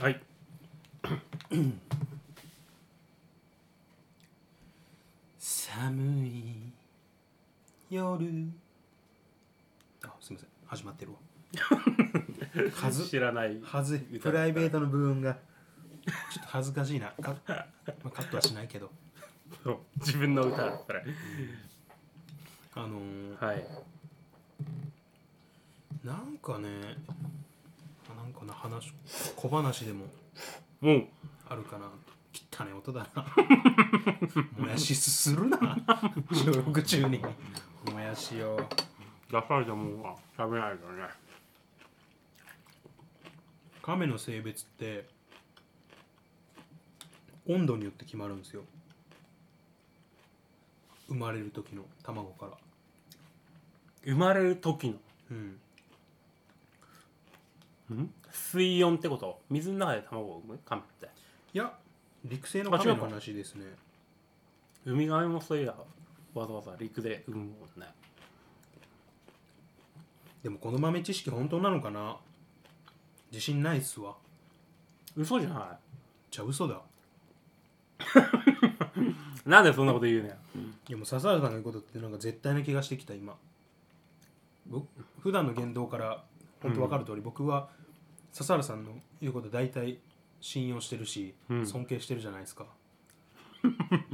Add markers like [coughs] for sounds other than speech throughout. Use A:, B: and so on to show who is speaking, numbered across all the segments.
A: はい
B: 寒い夜あすみません始まって [laughs] るわはず
A: 知らない
B: はずい
A: 歌
B: プライベートの部分がちょっと恥ずかしいなカ,、まあ、カットはしないけど
A: そう自分の歌これ
B: あのー、
A: はい
B: なんかねあなんかな話小話でも
A: もう
B: あるかな汚い音だ [laughs] なもやしするな収録中にもやしを
A: 出されたもんは食べないからね
B: 亀の性別って温度によって決まるんですよ生まれる時の卵から
A: 生まれる時の
B: うん
A: 水温ってこと水の中で卵を産むカメって
B: いや陸生の
A: あ違うか
B: 亀の話ですね
A: ウミガメもそういやわざわざ陸で産むもんね
B: でもこの豆知識本当なのかな自信ないっすわ
A: 嘘じゃな
B: じゃあ嘘だ
A: いなんでそんなこと言うね
B: いやもう笹原さんが言うことってなんか絶対な気がしてきた今僕普段の言動から本当分かる通り、僕は笹原さんの言うこと大体信用してるし、
A: うん
B: 尊敬してるじゃないですか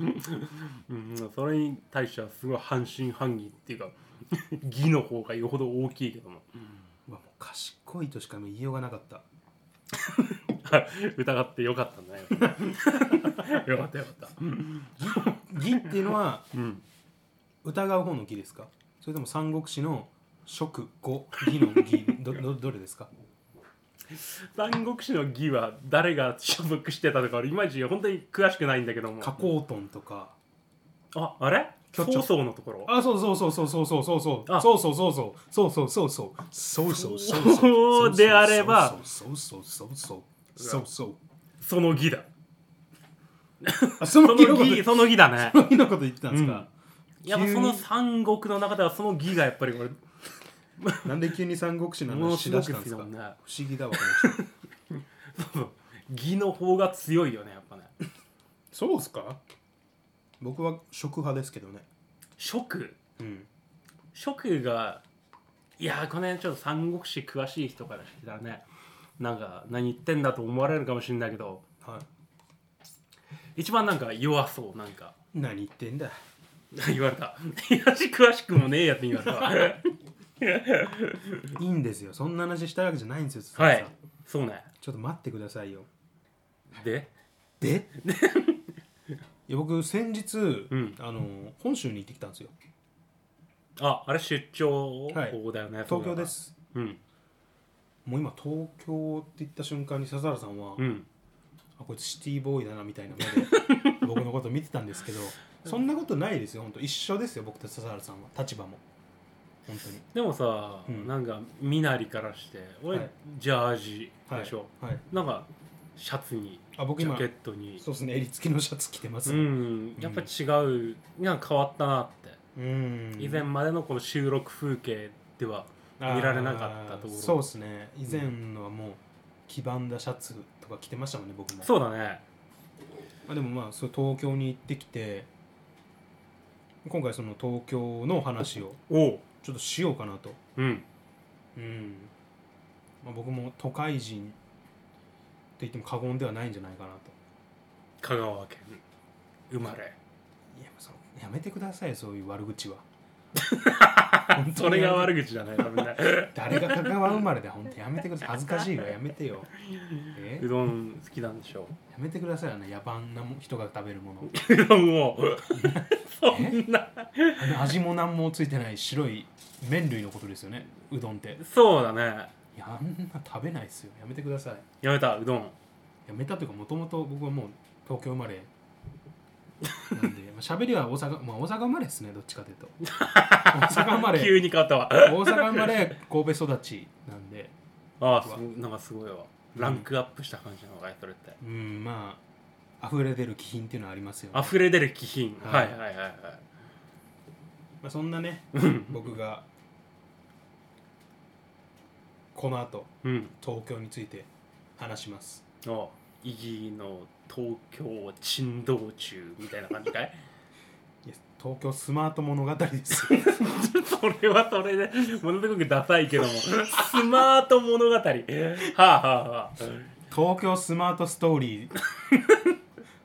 A: ん、うん、それに対してはすごい半信半疑っていうか義の方がよほど大きいけども [laughs]
B: うわもう賢いとしか言いようがなかった
A: 疑ってよかったんだ [laughs] ねよかったよかった
B: 義っていうの [laughs] は
A: うん
B: 疑う方の義ですかそれとも三国志の食語義の義どどどれですか
A: 三国志の義は誰が所属してたとか俺いまいち本当に詳しくないんだけども
B: 加工豚とか
A: ああれ
B: 巨
A: 曹
B: 長
A: 操のところ
B: あそうそうそうそうそうそうそうそう
A: あ
B: そうそうそうそうそうそうそうそうそうそう
A: そうであれば
B: そうそうそうそうそうそう
A: その義だ
B: あそ
A: そ
B: の
A: の
B: 木のこと
A: 義その義だね
B: その木のこと言ってたんですか、
A: やっぱその三国の中ではその義がやっぱりこれ
B: なんで急に三国志の
A: もの
B: 話
A: す
B: し
A: ご
B: だした
A: く
B: んです
A: 強
B: か
A: い
B: 不
A: ね
B: 思議だわこの人
A: 義の方が強いよねやっぱね
B: そうっすか僕は食派ですけどね
A: 食
B: うん
A: 食がいやーこの辺ちょっと三国志詳しい人からしたらねなんか何言ってんだと思われるかもしれないけど
B: はい
A: 一番なんか弱そうなんか [laughs]
B: 何言ってんだ
A: 言われた [laughs] いや詳しくもねえやつに言われた
B: いいんですよそんな話したいわけじゃないんですよ
A: は
B: さ
A: い
B: ん
A: そうね
B: ちょっと待ってくださいよ
A: で
B: で [laughs] いや僕先日、
A: ん
B: あの本州に行ってきたんですよ
A: ああれ出張
B: はい
A: だよね、
B: 東京です
A: そうだな
B: もう今東京って言った瞬間に笹原さんは、
A: うんうん
B: あこいつシティボーイだなみたいな目で
A: [laughs]
B: 僕のこと見てたんですけどそんなことないですよ本当一緒ですよ僕と笹原さんは立場も本当に
A: でもさ、
B: うん
A: なんか身なりからして俺、
B: はい
A: ジャージでしょ、
B: はい、はい、
A: なんかシャツに
B: あ僕
A: ジャ
B: 今
A: ケットに
B: そうですね襟付きのシャツ着てます
A: う
B: ね
A: んやっぱ違う、なんか変わったなって、
B: うん
A: 以前までのこの収録風景では見られなかったところ
B: あーそうですね以前のはもう黄ばんだシャツとか着てましたもんね僕も
A: そうだね
B: まあ、でもまあそう東京に行ってきて今回その東京の話を
A: おう
B: ちょっとしようかなと、
A: うん
B: うんまあ、僕も都会人って言っても過言ではないんじゃないかなと
A: 香川県生まれ
B: いやそのやめてくださいそういう
A: [laughs]
B: 悪口は
A: それが
B: い
A: 悪口じゃない多
B: [laughs]
A: 分ね
B: 誰が香川生まれで本当やめてください恥ずかしいわやめ
A: [laughs]
B: てよえ
A: うどん好きなんでしょ
B: やめてくださいあの野蛮なも人が食べるもの
A: ううどんをそ
B: え
A: んな
B: あの味も何もついてない白い麺類のことですよねうどんって
A: そうだね
B: いやあんな食べないですよやめてください
A: やめたうどん
B: やめたというかもともと僕はもう東京生まれなんでまあ喋りは大阪、まあ、大阪生まれですねどっちかというと大阪生
A: [laughs]
B: まれ
A: 急に変わったわ
B: 大阪生まれ神戸育ちなんで
A: ああすごいなんかすごいわランクアップした感じなのかいそれって
B: うんまあ溢れ出る気品っていうのはありますよ、ね
A: 溢れ出る気品
B: は
A: はいいはいはいはい
B: まあ、そんなね僕がこの後
A: うん
B: 東京について話します
A: のイギーの東京珍道中みたいな感じかい [laughs]
B: いや東京スマート物語です
A: それはそれでものすごくダサい [laughs] けどもスマート物語はあはあはあ
B: 東京スマートスト
A: [laughs]
B: ーリー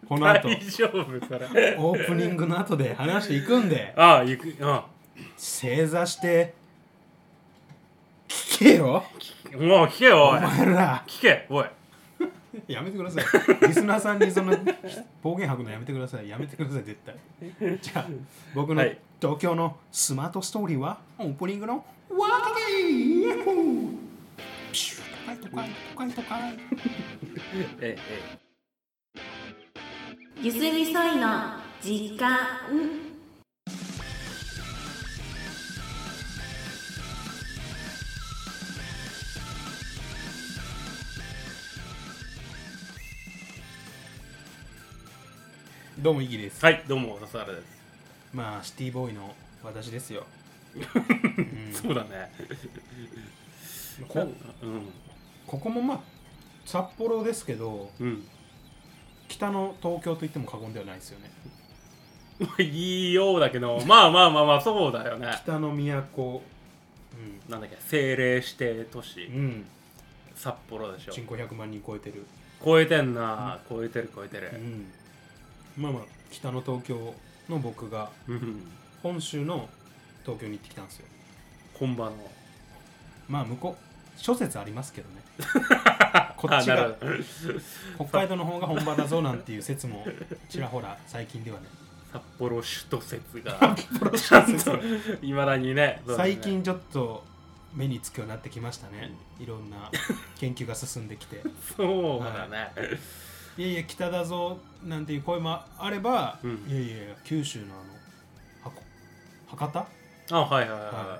B: この
A: 大
B: 後
A: 丈夫それ
B: オープニングの後で話していくんで
A: ああ行くうん
B: 正座して聞けよ
A: もう聞けよお
B: お
A: い
B: 前ら
A: 聞けおい
B: やめてくださいリスナーさんにその暴言吐くのやめてくださいやめてください絶対じゃあ僕の
A: はい
B: 東京のスマートストーリーはオープニングの「ワーキーイエホー!」都会都会都会都会
A: ええ
C: ゆすみそいの時間
B: どうもイギです
A: はいどうも笹原です
B: まあシティボーイの私ですよ
A: そうだね
B: こ
A: うん
B: ここもまあ札幌ですけど
A: うん
B: 北の東京と言っても過言ではないですよね
A: まあいいようだけ
B: [laughs]
A: どまあまあまあまあそうだよね
B: 北の都うん
A: なんだっけ政令指定都市
B: うん、
A: 札幌でしょ
B: 人口100万人超えてる、
A: 超えてんな超えてる超えてる
B: まあまあ北の東京の僕が
A: うん
B: 本州の東京に行ってきたんですよ
A: 本場の
B: まあ向こう諸説ありますけどね
A: [laughs]
B: こっち
A: あなる
B: が
A: ほど
B: 北海道の方が本場だぞなんていう説もちらほら最近ではね
A: 札幌首都説がちゃんと [laughs] いまだにねそうだね
B: 最近ちょっと目につくようになってきましたね、いろんな研究が進んできて [laughs]
A: そうだね、
B: いやいや北だぞなんていう声もあれば、
A: うん
B: いやいやいや九州のあの箱博多
A: あはいはいはい、
B: は
A: はい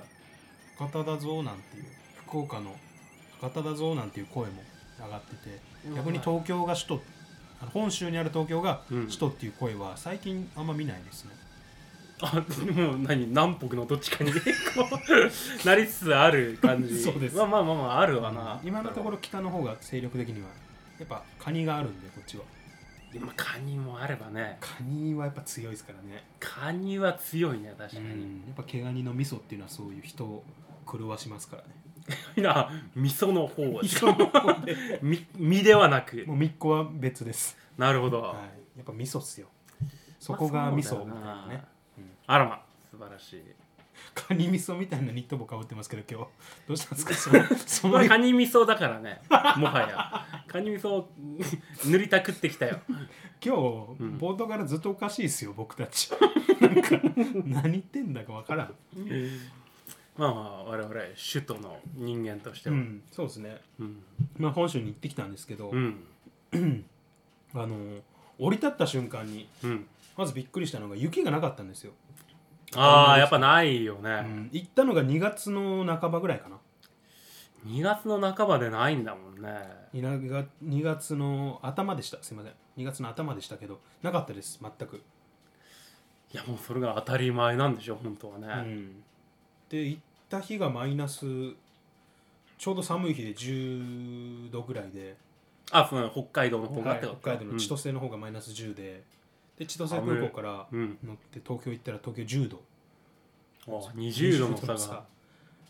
B: 博多だぞなんていう福岡の博多だぞなんていう声も上がってて
A: うん
B: 逆に東京が首都あの本州にある東京が
A: うん
B: 首都っていう声は最近あんま見ないですね、
A: い、あもう何南北のどっちかにこう [laughs] なりつつある感じ
B: [laughs] そうです
A: まあまあまあまああるわな、
B: 今のところ北の方が精力的にはやっぱカニがあるんでこっちは
A: 今カニもあればね
B: カニはやっぱ強いですからね、
A: カニは強いね確
B: う
A: かに、
B: ん、やっぱ毛ガニの味噌っていうのはそういう人を狂わしますからね [laughs]
A: いいな味噌の方
B: 味噌の方で
A: み身ではなく
B: もうみっこは別です、
A: なるほど、
B: はい、やっぱ味噌っすよそこが味噌みたいなね、
A: あらま素晴らしい
B: カニ味噌みたいなニット帽かぶってますけど今日どうしたんですか [laughs] そのそ
A: ま
B: の
A: あカニ味噌だからねもはやカニ味噌を [laughs] 塗りたくってきたよ
B: 今日、
A: ん
B: 冒頭からずっとおかしいですよ僕た [laughs] ちなんか何言ってんだかわからん、
A: まあまあ我々首都の人間として
B: う
A: は、
B: ん、そうですね、
A: うん
B: まあ、本州に行ってきたんですけど、
A: うん
B: あの降り立った瞬間に
A: うん、
B: まずびっくりしたのが雪がなかったんですよ、
A: ああやっぱないよ
B: う
A: ね、
B: ん、行ったのが2月の半ばぐらいかな
A: 2月の半ばでないんだもんね
B: 2月2月の頭でしたすいません2月の頭でしたけどなかったです全く
A: いやもうそれが当たり前なんでしょ本当は
B: う
A: ね、
B: ん、で行った日がマイナスちょうど寒い日で10度ぐらいで、
A: あその北海道の方が
B: は
A: っ
B: い
A: てこと
B: 北海道の千歳の方がマイナス10で,、で千歳空港から
A: うん、
B: 乗って東京行ったら東京10度
A: うん、あ20度の差が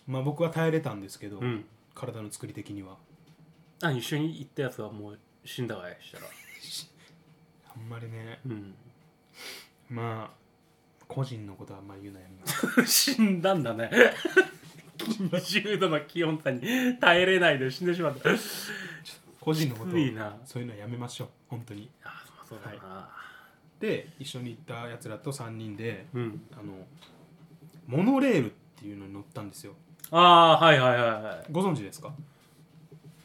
B: まあ僕は耐えれたんですけど、
A: うん
B: 体の作り的には
A: あ一緒に行ったやつはもう死んだわいしたら
B: あんまりね
A: うん
B: まあ個人のことはあんまり言うなや
A: [laughs]
B: めよ
A: 死んだんだね20度の気温差に耐えれないで死んでしまった
B: う個人のことを
A: ついな
B: そういうのはやめましょう本当に
A: あそうだな、
B: で一緒に行ったやつらと3人で
A: うん
B: あのモノレールっていうのに乗ったんですよ
A: ああはいはいはいは
B: ご存知ですか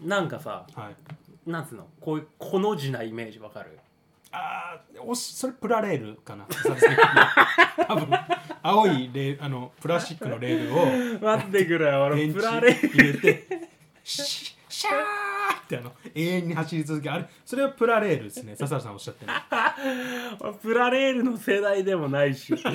A: いなんかさ
B: はい
A: なんつうのこういうこの字なイメージわかる
B: あーおしそれプラレールかな [laughs] 多分青いレールあのプラスチックのレ
A: [laughs]
B: ールを
A: 待ってくれよ俺
B: 電池
A: プラレール
B: 入
A: [laughs]
B: れてシシャーってあの永遠に走り続けあれそれはプラレールですね笹原さんおっしゃってる
A: 俺プラレールの世代でもないし
B: が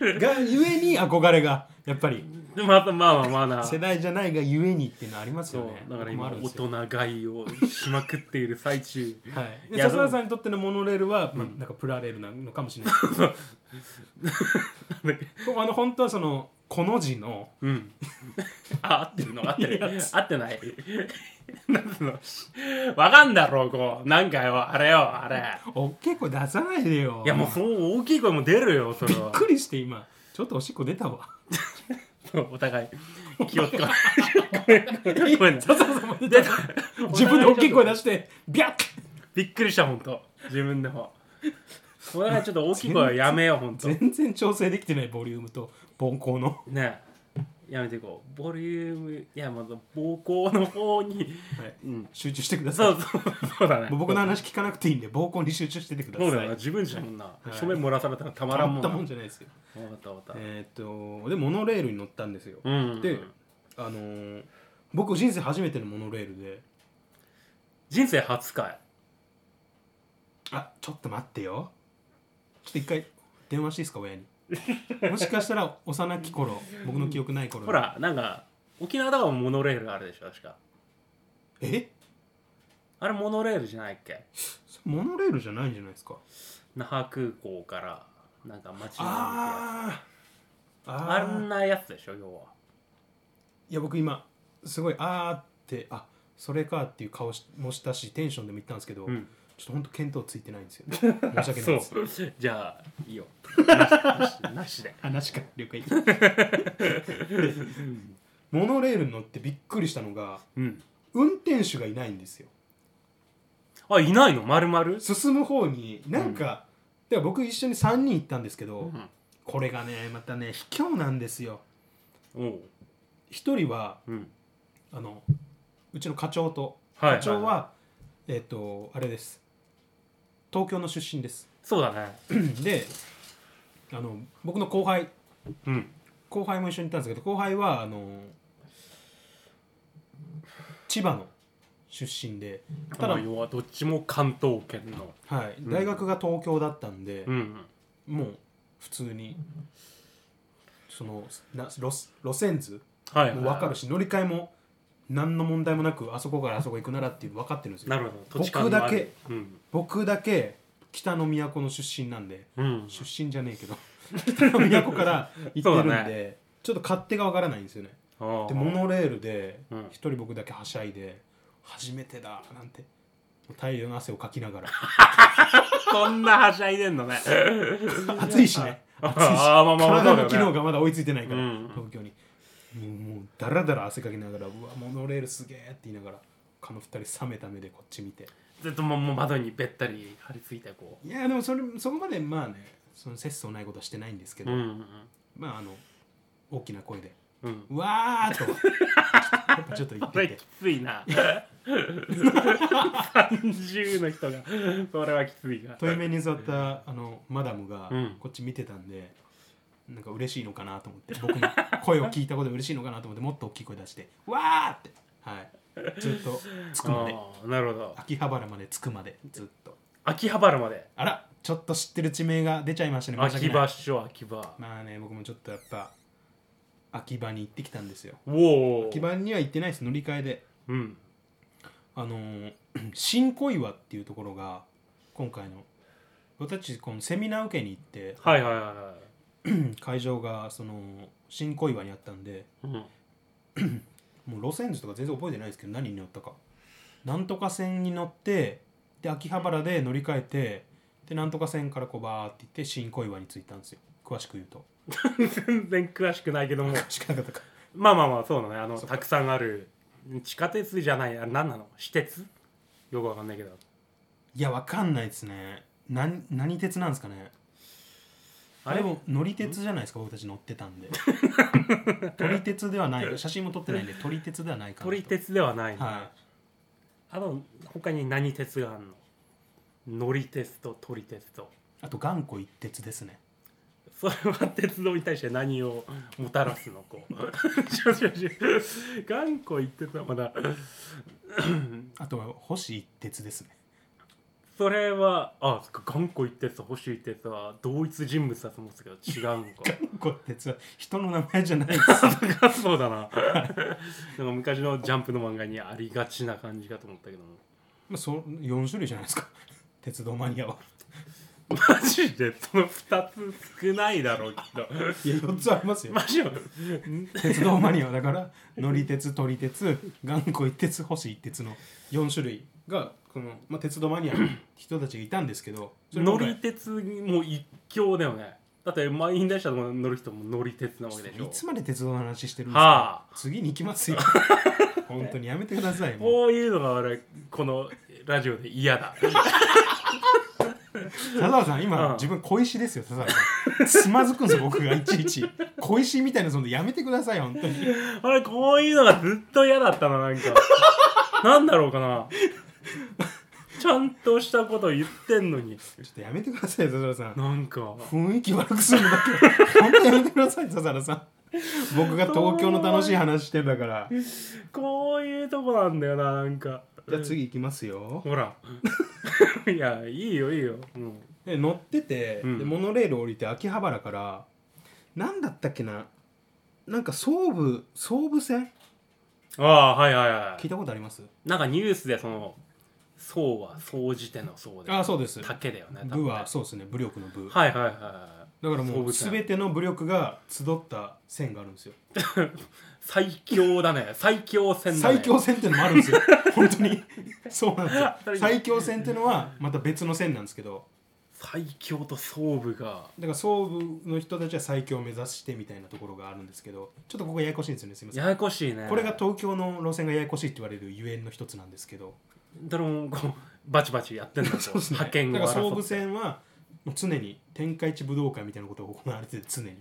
B: ゆえに憧れがやっぱり
A: でまたまあまあまあな
B: 世代じゃないがゆえにっていうのはあります
A: そ
B: よ
A: う
B: ね
A: だから
B: 僕も
A: 今
B: あるん
A: 大
B: ですよ
A: 人買いをしまくっている最 [laughs] 中
B: はい、
A: い
B: で
A: や
B: 笹田さんにとってのモノレールは、まあ、なんかプラレールなのかもしれない僕あの本当はそのこの字の
A: うん [laughs] あ合ってるの合ってる合ってない [laughs] なんつうのわかんだろうこうなんかよあれよあれ
B: おっけい声出さないでよ
A: いやもうそう大きい声も出るよそれ
B: びっ
A: は
B: くりして今ちょっとおしっこ出たわ
A: お互い気を使
B: [laughs]
A: わないごめんな
B: 笹田さんも出た自分で大きい声出してビャッ
A: びっくりしたほんと自分でもお互いちょっと大きい声はやめようほんと
B: 全然調整できてないボリュームと膀胱の
A: ねえやめていこうボリュームいやまず膀胱の方に
B: はい
A: うん
B: 集中してください
A: そうそうそうだね
B: もう僕の話聞かなくていいんで膀胱に集中しててくださ
A: そ
B: いう
A: だよな自分じゃもんな、
B: い
A: 正面漏らされたらたまら
B: 笑
A: んも
B: っ
A: ん
B: た
A: な
B: もんじゃないですよ
A: わかったわかった、
B: えーっとでモノレールに乗ったんですよ、
A: うん
B: であのー僕人生初めてのモノレールで
A: 人生初回
B: あちょっと待ってよちょっと一回電話していいですか親に [laughs] もしかしたら幼き頃僕の記憶ない頃に
A: ほらなんか沖縄だからモノレールあるでしょ確か
B: え
A: あれモノレールじゃないっけ
B: それモノレールじゃないんじゃないですか
A: 那覇空港からなんか街にあ
B: あー
A: る
B: あ
A: あ
B: ー
A: んなやつでしょ要はい
B: や僕今すごいあーってあそれかっていう顔しもしたしテンションでも言ったんですけど、
A: うん
B: ちょっとほんと見当ついてないんで
A: [laughs]
B: すよ、ね、申し訳ないです
A: そうじゃあいいよなしなしなしで
B: 話か了 [laughs] 解モノレールに乗ってびっくりしたのが
A: うん
B: 運転手がいないんですよ
A: あいないのまるまる
B: 進む方になんか、では僕一緒に3人行ったんですけど、
A: うん
B: これがねまたね卑怯なんですよ
A: おう
B: 一人は
A: うん
B: あのうちの課長と、
A: はい
B: 課長
A: はい
B: はえっ、とあれです東京の出身です [clears throat]
A: そうだね
B: であの僕の後輩
A: うん
B: 後輩も一緒に行ったんですけど後輩はあの千葉の出身でた
A: た
B: だ、
A: だ要はどっちも関東圏の
B: はい、
A: ん
B: 大学が東京だったんで、
A: うんうん
B: もう普通にそのな路路線図
A: はいはい
B: も分かるし乗り換えも何の問題もなくあそこからあそこ行くならっていうの分かってるんですよ
A: なるほど土地勘
B: 僕
A: も
B: だ
A: あ
B: け
A: るうん
B: 僕だけ北の都の出身なんで
A: うん
B: 出身じゃねえけど北の都から行ってるん
A: そうだ
B: で、ちょっと勝手が分からないんですよね
A: あー
B: でモノレールで
A: うん
B: 一人僕だけはしゃいで初めてだなんて大量の汗をかきながら
A: そんなはしゃいでんのね
B: 暑いしね暑いし
A: ああまあまあまあ
B: 体の
A: そうだ
B: 機
A: よね
B: 能がまだ追いついてないから、
A: うん
B: 東京にもうもうダラダラ汗かきながら「うわモノレールすげえ」って言いながら他の二人冷めた目でこっち見て
A: [laughs] ずっともうもう窓にべったり張り付いてこ
B: いやでもそれそこまでまあねその節操ないことはしてないんですけ
A: うう
B: ど、
A: んうん
B: まああの大きな声で
A: うんうん
B: 「うわー!」とやっぱちょっと言っ
A: それ
B: てて
A: きつい [laughs] な30の人がそれはきついが
B: 対面に座ったあのマダムが
A: うん
B: こっち見てたんで、なんか嬉しいのかなと思って僕の声を聞いたことで嬉しいのかなと思ってもっと大きい声出して「わー!」って、はい、ずっと着くまで。
A: あーなるほど
B: 秋葉原まで着くまでずっと
A: 秋葉原まで
B: あらちょっと知ってる地名が出ちゃいましたね申し
A: 秋
B: 訳ない
A: 葉市長秋葉
B: まあね僕もちょっとやっぱ秋葉に行ってきたんですよ
A: おお
B: 秋葉には行ってないです乗り換えで
A: うん
B: あの [clears throat] ー新小岩っていうところが今回の僕たちこのセミナー受けに行って
A: はいはいはいは
B: 会場がその新小岩にあったんで
A: いうん
B: もう路線図とか全然覚えてないですけど何に乗ったかなんとか線に乗ってで秋葉原で乗り換えてでなんとか線からこうバーって行って新小岩に着いたんですよ詳しく言うと
A: 全然詳しくないけども
B: しかなかったか
A: まあまあまあそうだねあの
B: そっか
A: たくさんある地下鉄じゃないあれ何なの私鉄よくわかんないけど
B: いやわかんないですねなん何鉄なんですかね
A: あ
B: あ
A: れ
B: れも乗り鉄じゃないですか僕たち乗ってた [laughs] んで撮り鉄ではない写真も撮ってないんで撮り鉄ではないかな
A: 撮
B: と
A: り鉄ではないの、
B: は
A: あの他に何鉄があるの乗り鉄と撮り鉄と
B: いあと頑固一鉄ですね
A: それは鉄道に対して何をもたらすのこ
B: [laughs]
A: うちょちょちょ頑固言ってたまだ
B: あとは星一鉄ですね
A: それはあそっか頑固一徹と星一徹は同一人物だと思ってたけど違うのか
B: こうやってさ人の名前じゃ [laughs] ないで
A: [laughs]
B: す
A: そうだななんか昔のジャンプの漫画にありがちな感じかと思ったけども
B: まあそ4種類じゃないですか [laughs] 鉄道マニアは
A: マジでその2つ少ないだろうけど
B: いや4つありますよ
A: マジよ
B: [laughs] 鉄道マニアはだから乗り鉄取り鉄頑固一鉄星一鉄の4種類がこの、まあ、鉄道マニアの人たちがいたんですけどそれも
A: 乗り鉄にもう一強だよねだって満員電車とか乗る人も乗り鉄なわけでしょ
B: いつまで鉄道の話してるんですか、
A: はあ
B: 次に行き [laughs] ますよ本当にやめてくださいも
A: こういうのが俺このラジオで嫌だ
B: う田沢さん今、
A: うん
B: 自分小石ですよ田沢さんつまずくんですよ僕がいちいち小石みたいなそのやめてください本当に
A: 俺こういうのがずっと嫌だったななんかなんだろうかなちゃんとしたこと言ってんのに
B: ちょっとやめてくださいよ、笹原さん。
A: なんか
B: 雰囲気悪くするのだけは。本当にやめてください、笹原さん。僕が東京の楽しい話してんだから。じ
A: こういうとこなんだよななんか
B: ゃあ次行きますよ。
A: ほ
B: [laughs]
A: らいやいいよいいよ、うん、
B: で乗ってて、
A: うん
B: でモノレール降りて秋葉原から、なんだったっけな、なんか総武、総武線
A: ああはいはいは
B: 聞いたことあります
A: いなんかニュースでその「そうは総じてのそうで
B: あ、そうです。
A: 竹だよね多分
B: 部
A: ね
B: は、そうですね、武力の部。
A: はいはいはいは
B: だから
A: 総
B: もう、
A: 武線
B: すべての武力が集った線があるんですよ。
A: い最強だ
B: [laughs]
A: ね最強戦だね
B: 最強線っていうのもあるんですよ本当 [laughs] に [laughs] そうなんです
A: そ
B: よ
A: れ
B: 最強線っていうのはまた別の線なんですけど
A: 最強と総武が
B: だから総武の人たちは最強を目指してみたいなところがあるんですけどちょっとここややこしいんですよねすみません
A: ややこしいね
B: これが東京の路線がややこしいって言われるゆえんの一つなんですけど
A: だからもうこうバチバチやってんだと
B: [laughs] そうですね
A: 派遣を
B: だから総
A: 争
B: 武
A: って
B: 線はもう常に天下一武道会みたいなことが行われてて
A: [laughs]
B: 常に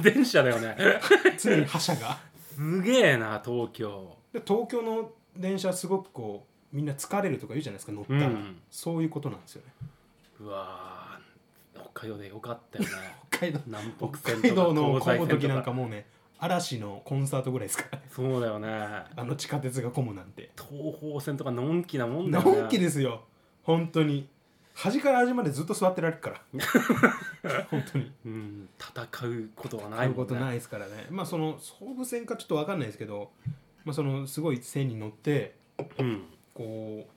A: 電車だよね
B: 常に覇者が
A: すげえな東京
B: で東京の電車はすごくこうみんな疲れるとか言うじゃないですか乗ったら、
A: うん
B: そういうことなんですよね
A: うわー北海道でよかったよね
B: 北海道
A: 南
B: 北
A: 北線とか
B: 海道の混む
A: 東西
B: 時
A: 線
B: なん
A: と
B: か
A: か
B: もうね嵐のコンサートぐらいですからね
A: そうだよね
B: あの地下鉄が混むなんて
A: 東方線とかのんきなもんだよね
B: のんきですよ本当に端から端までずっと座ってられるから [laughs] 本当に
A: うん戦うことはな
B: 会
A: いうも
B: こ
A: ん
B: と
A: ね
B: ないですからねまあその総武線かちょっと分かんないですけど、まあ、そのすごい線に乗って
A: うん
B: こ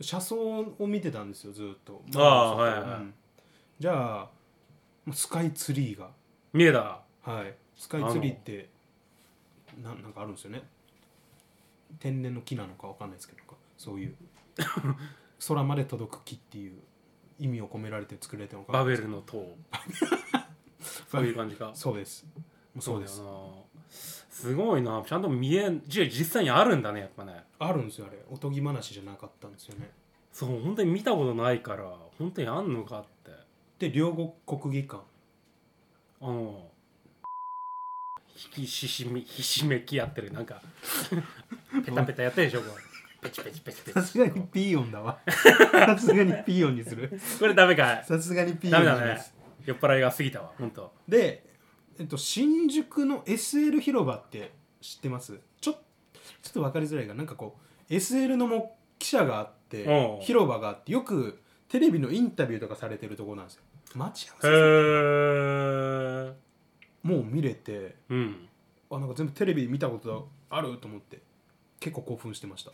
B: う車窓を見てたんですよずっと
A: ああはいはい
B: うんじゃあまあスカイツリーが
A: 見えた
B: はい、スカイツリーってななんかあるんですよね天然の木なのかわかんないですけどなんかそう [laughs] いう空まで届く木っていう意味を込められて作られてるのか
A: バベルの塔
B: [laughs]
A: そういう感じか
B: そうですそうです
A: だよなすごいなちゃんと見えんじゃあ実際にあるんだねやっぱね
B: あるんですよあれおとぎ話じゃなかったんですよね
A: そう本当に見たことないから本当にあんのかって
B: で両国国技館
A: あのひきししみひしめきやってる
B: [laughs]
A: なんかペタペタやってるでしょこれペチペチペチペチ
B: ピーヨンだ [laughs] わさすがにピーヨンにする
A: これダメかい
B: さすがにピ
A: ダメだね酔っ払いが過ぎたわ本当
B: で、えっと、新宿の SL 広場って知ってますちょちょっと分かりづらいがなんかこう SL のも記者があって
A: うん
B: 広場があってよくテレビのインタビューとかされてるところなんですよ待ち合わ
A: へ
B: せ
A: え
B: もう見れて
A: うん
B: あなんか全部テレビで見たことあると思って結構興奮してました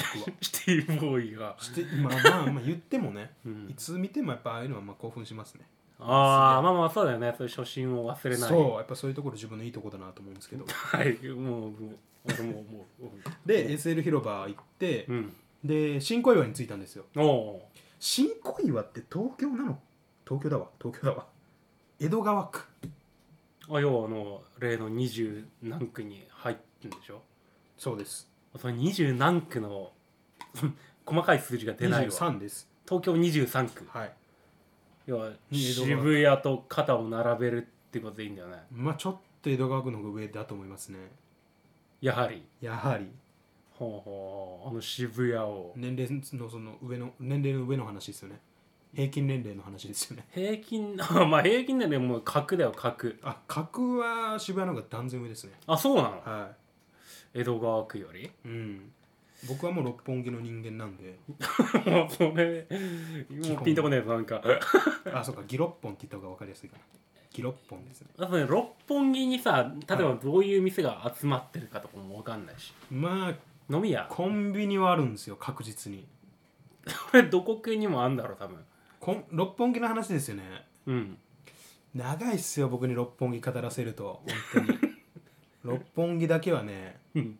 A: [laughs]
B: 僕は
A: シティボーイが
B: してまあまあまあ言ってもね、
A: うん
B: いつ見てもやっぱああいうのはまあ興奮しますね
A: ああまあまあそうだよねそういう初心を忘れない
B: そうやっぱそういうところ自分のいいとこだなと思うんですけど
A: はいもうもう俺ももう
B: で SL 広場行って、
A: うん
B: で新小岩に着いたんですよ
A: おお
B: 新小岩って東京なの東京だわ東京だわ江戸川区
A: うあ要はあの例の二十何区に入ってんでしょ
B: そうです
A: その二十何区の [laughs] 細かい数字が出ないわ東
B: 23です
A: 京23区
B: はい
A: 要は
B: に江戸川
A: 渋谷と肩を並べるってことでいいんだよね
B: まあちょっと江戸川区の方が上だと思いますね
A: やはり
B: やはり
A: ほうほうあの渋谷を
B: 年齢のその上の年齢の上の話ですよね平均年齢の話ですよね
A: 平均 [laughs] まあ平均年齢もう角だよ角
B: あ角は渋谷の方が断然上ですね
A: あそうなの
B: は
A: 江戸川区より [laughs]
B: いうん僕はもう六本木の人間なんで
A: もうそれもうピンとこないやつなんか
B: あそうかギロッポンって言った方が分かりやすいかなギロッポンですね
A: あとね六本木にさ例えばどういう店が集まってるかとかも分かんないし
B: まあ
A: 飲み屋こ
B: コンビニはあるんですよ確実に
A: れど [laughs] こ系にもあんだろう多分
B: こん六本木の話ですよね
A: うん
B: 長いっすよ僕に六本木語らせると本当に六本木だけはね
A: うん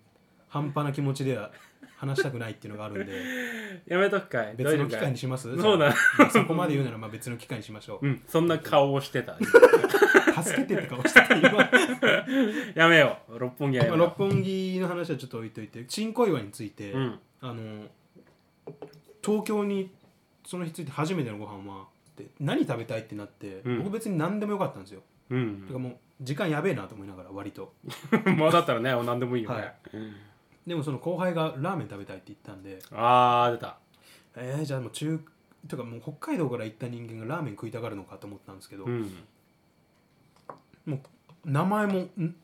B: 半端な気持ちでは話したくないっていうのがあ
A: [laughs]
B: るんで
A: やめとくかい
B: 別の
A: 大
B: 機
A: 丈夫か
B: 会
A: い
B: にします
A: そうだ
B: まあそこまで言うならまあ別の機会にしま
A: [laughs]
B: しょう
A: うんそんな顔を
B: [laughs]
A: してた
B: 助けてって顔してた今ま
A: やめよう六本木は
B: あ
A: やめ
B: 六
A: よ
B: 本木の話はちょっと置いといて新小岩について、
A: ううん
B: あの東京にその日ついて初めてのご飯はで何食べたいってなって、
A: うん
B: 僕別に何でもよかったんですよ、
A: う
B: てか
A: ん
B: もう時間やべえなと思いながら割と
A: まあだったらね何でもいいよね、
B: はいでもその後輩がラーメン食べたいって言ったんで
A: あー出た
B: えー、じゃあもう中とかもう北海道から行った人間がラーメン食いたがるのかと思ったんですけど、
A: うん
B: 名前もん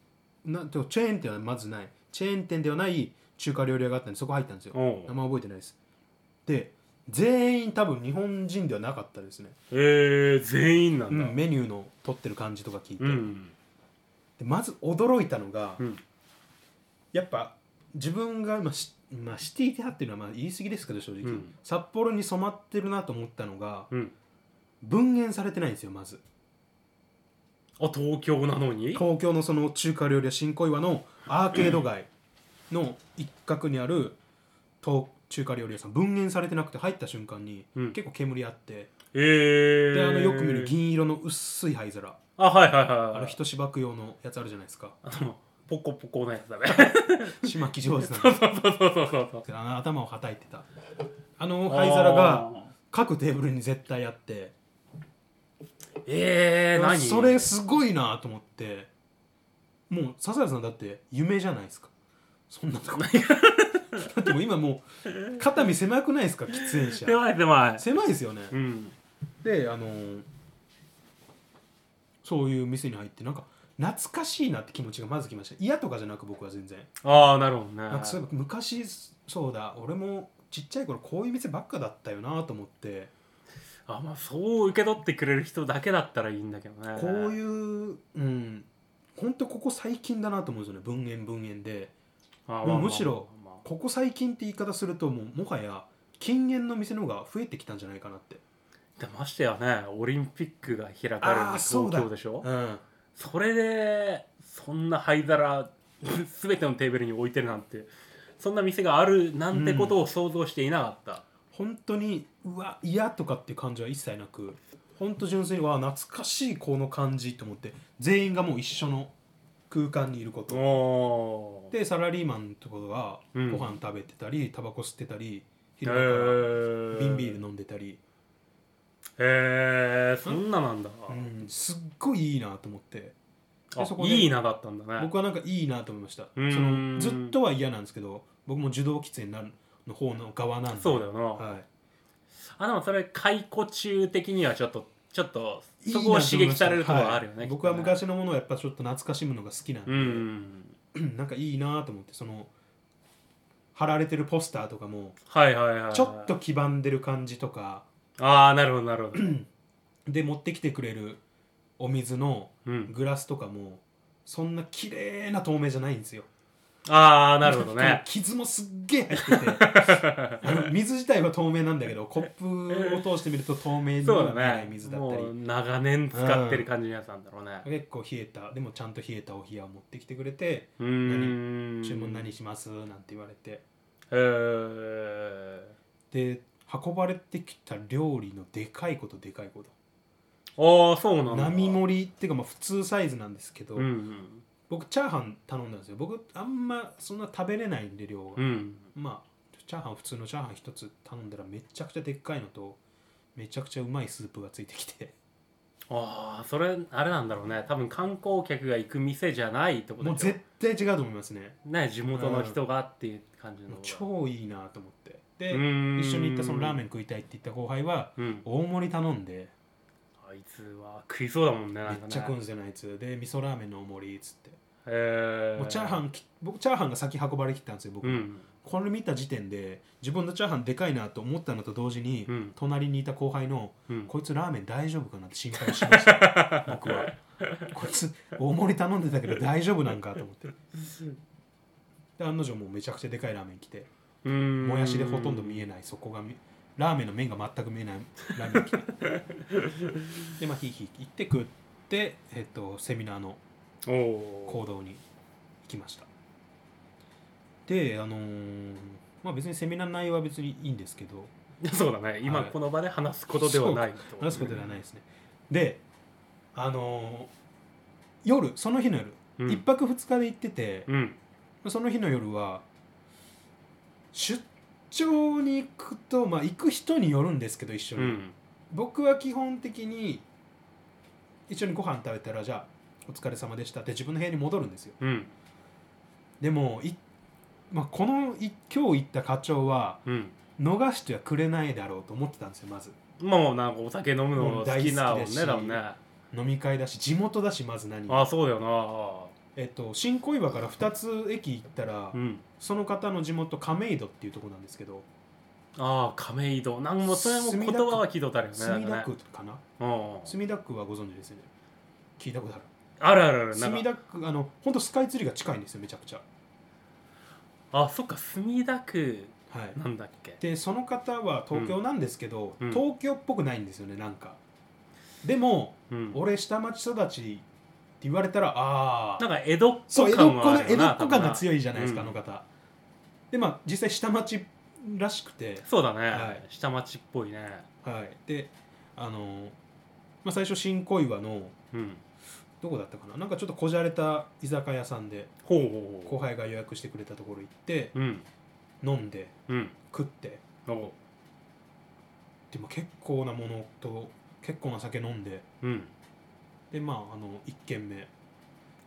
B: なてかチェーン店はまずないチェーン店ではない中華料理屋があったんでそこ入ったんですよ
A: おう
B: 名前覚えてないですで全員多分日本人ではなかったですね、
A: えー、全員な
B: うん
A: だ
B: ん、メニューの取ってる感じとか聞いて、
A: うん
B: でまず驚いたのが、
A: うん
B: やっぱ自分が、まあしまあ、シティ派っていうのはまあ言い過ぎですけど正直、
A: うん
B: 札幌に染まってるなと思ったのが
A: うん
B: 分煙されてないんですよまず
A: あ東京なのに
B: 東京のその中華料理屋新小岩のアーケード街の一角にある東中華料理屋さん分煙されてなくて入った瞬間に
A: うん
B: 結構煙あって、
A: えー、
B: であのよく見る銀色の薄い灰皿
A: あはいはいはいはい
B: あの人しばく用のやつあるじゃないで
A: [laughs]
B: すか
A: あのポコポコのやつだ
B: [laughs]
A: ね
B: しまき上手なんです
A: そうそうそうそうそう
B: けどあの頭をはたいてたあの灰皿が各テーブルに絶対あっ
A: あ
B: て
A: ーえー、何
B: それすごいなと思ってもう笹谷さんだって夢じゃないですかそんなとこ [laughs] だってもう今もう肩身狭くないですか喫煙者
A: 狭い狭い
B: 狭いですよね
A: うん
B: であのーそういう店に入ってなんか懐かしいなって気持ちがまずきました嫌とかじゃなく僕は全然
A: ああなるほどね
B: なんかそういえば昔そうだ俺もちっちゃい頃こういう店ばっかだったよなと思って
A: あまあそう受け取ってくれる人だけだったらいいんだけどね
B: こういうううんほんとここ最近だなと思うんですよね文言文言で
A: あ
B: もうむしろ
A: まあまあまあ
B: ここ最近って言い方するともうもはや禁煙の店の方が増えてきたんじゃないかなって
A: でましてやねオリンピックが開かれる
B: あーそう
A: 東
B: だ
A: 京でしょ
B: うん
A: それでそんな灰皿全てのテーブルに置いてるなんてそんな店があるなんてことを想像していなかった、
B: 本当にうわ嫌とかっていう感じは一切なく本当純粋にわ懐かしいこの感じと思って全員がもう一緒の空間にいること
A: おー
B: でサラリーマンってことがご
A: うん
B: 飯食べてたりタバコ吸ってたり
A: へ
B: 昼間から
A: ー
B: 瓶ビール飲んでたり、
A: へえそんななんだ、
B: うん、すっごいいいなと思って
A: あ
B: そこで
A: いいなだったんだね
B: 僕はなんかいいなと思いましたそうの
A: ん
B: ずっとは嫌なんですけど僕も受動喫煙なんの方の側なんで
A: そうだよな、
B: はい、
A: あでもそれ解雇中的にはちょっとちょっと
B: いい
A: そ
B: なと
A: こ
B: 思
A: を
B: いました
A: 刺激されるところがあるよね、
B: はい
A: きっとね
B: 僕は昔のものをやっぱちょっと懐かしむのが好きなんで、
A: うん
B: なんかいいなと思ってその貼られてるポスターとかも
A: はいはいはい
B: ちょっと黄ばんでる感じとか
A: ああなるほどなるほど
B: で持ってきてくれるお水の
A: うん
B: グラスとかもそんな綺麗な透明じゃないんですよ
A: ああなるほど
B: なん [laughs] か
A: ね
B: 傷もすっげえ入っててあの水自体は透明なんだけどコップを通してみると透明に
A: そう
B: はなら
A: だ
B: ない
A: ね
B: 水だったり、
A: もう長年使ってる感じのやつなんだろうね
B: 結構冷えたでもちゃんと冷えたお冷やを持ってきてくれて
A: うーん
B: 「注文何します?」なんて言われて
A: えー、
B: で運ばれてきた料理のでかいことでかいこと
A: ああそうなんだ
B: 並盛りっていうかまあ普通サイズなんですけど、
A: うんうん
B: 僕チャーハン頼んだんですよ僕あんまそんな食べれないんで量が、
A: うん
B: まあチャーハン普通のチャーハン一つ頼んだらめちゃくちゃでっかいのとめちゃくちゃうまいスープがついてき
A: [laughs]
B: て
A: ああそれあれなんだろうね多分観光客が行く店じゃないとこ
B: もう
A: でしょ
B: 絶対違うと思いますね
A: ね地元の人がっていう感じの
B: もう超いいなと思ってで
A: うーん
B: 一緒に行ったそのラーメン食いたいって言った後輩は
A: うん
B: 大盛り頼んで
A: あいつは食いそうだもんね
B: め
A: な
B: っ
A: んかね
B: ちゃ食うんじゃないやつで味噌ラーメンの大盛りっつって
A: えー、
B: もうチャーハンき僕チャーハンが先運ばれてきたんですよ僕
A: うん
B: これ見た時点で自分のチャーハンでかいなと思ったのと同時に、
A: うん
B: 隣にいた後輩の、
A: うん
B: こいつラーメン大丈夫かなって心配しました
A: [laughs]
B: 僕はこいつ大盛り頼んでたけど大丈夫なんかと思ってで案の定もうめちゃくちゃでかいラーメン来て
A: うん
B: もやしでほとんど見えないそこが見ラーメンの麺が全く見えないラーメン
A: [laughs]
B: 来てでまあひいひい行って食って、えっと、セミナーの
A: お
B: 行
A: お
B: 動に行きましたであのーまあ別にセミナーの内容は別にいいんですけど
A: ー [laughs] そうだね今
B: はい
A: この場で話すことではないと
B: 話すことではないですねであのー夜その日の夜、
A: うん
B: 1泊2日で行ってて、
A: うん
B: その日の夜は出張に行くとまあ行く人によるんですけど一緒
A: う
B: に、
A: ん
B: 僕は基本的に一緒にご飯食べたらじゃあお疲れ様でしたって自分の部屋に戻るんですよ
A: うん
B: でもい、まあ、このい今日行った課長は
A: うん
B: 逃してはくれないだろうと思ってたんですよまず
A: もうなんかお酒飲む
B: も
A: の好
B: う大好
A: き
B: き
A: なもん
B: だ
A: ね
B: し
A: だもんね
B: 飲み会だし地元だしまず何より
A: ああそうだよ
B: えっと、新小岩から2つ駅行ったら、
A: なうん
B: その方の地元亀戸っていうところなんですけど
A: ああ亀戸なんかもうそれも言葉は聞いとったよね
B: 墨
A: な
B: 田
A: んか
B: 区
A: ね
B: かな
A: うん
B: 墨田区はご存知ですよね聞いたことある
A: あるあるあるなん
B: 墨
A: か
B: 田区あの本当スカイツリーが近いんですよめちゃくちゃ
A: あそっか墨田区
B: はい
A: なんだっけ
B: でその方は東京なんですけど、
A: うん
B: 東京っぽくないんですよねなんかでも、
A: うん
B: 俺下町育ちって言われたらあ
A: な
B: あ
A: んか江戸っ
B: そ
A: 子
B: う江戸
A: 感
B: っ子
A: は
B: な
A: ある
B: 江
A: よ
B: 戸
A: な
B: っ子感が強いじゃないですか、
A: うん
B: あの方でまあ実際下町らしくて
A: そうだね、
B: はい
A: 下町っぽいね
B: はい、であのーまあ、最初新小岩の
A: うん
B: どこだったかななんかちょっとこじゃれた居酒屋さんで
A: ほうほう
B: 後
A: ほ
B: 輩が予約してくれたところ行って
A: ううん
B: 飲んで
A: うん
B: 食って
A: おう
B: でも結構なものと結構な酒飲んで
A: うん
B: でまああの1軒目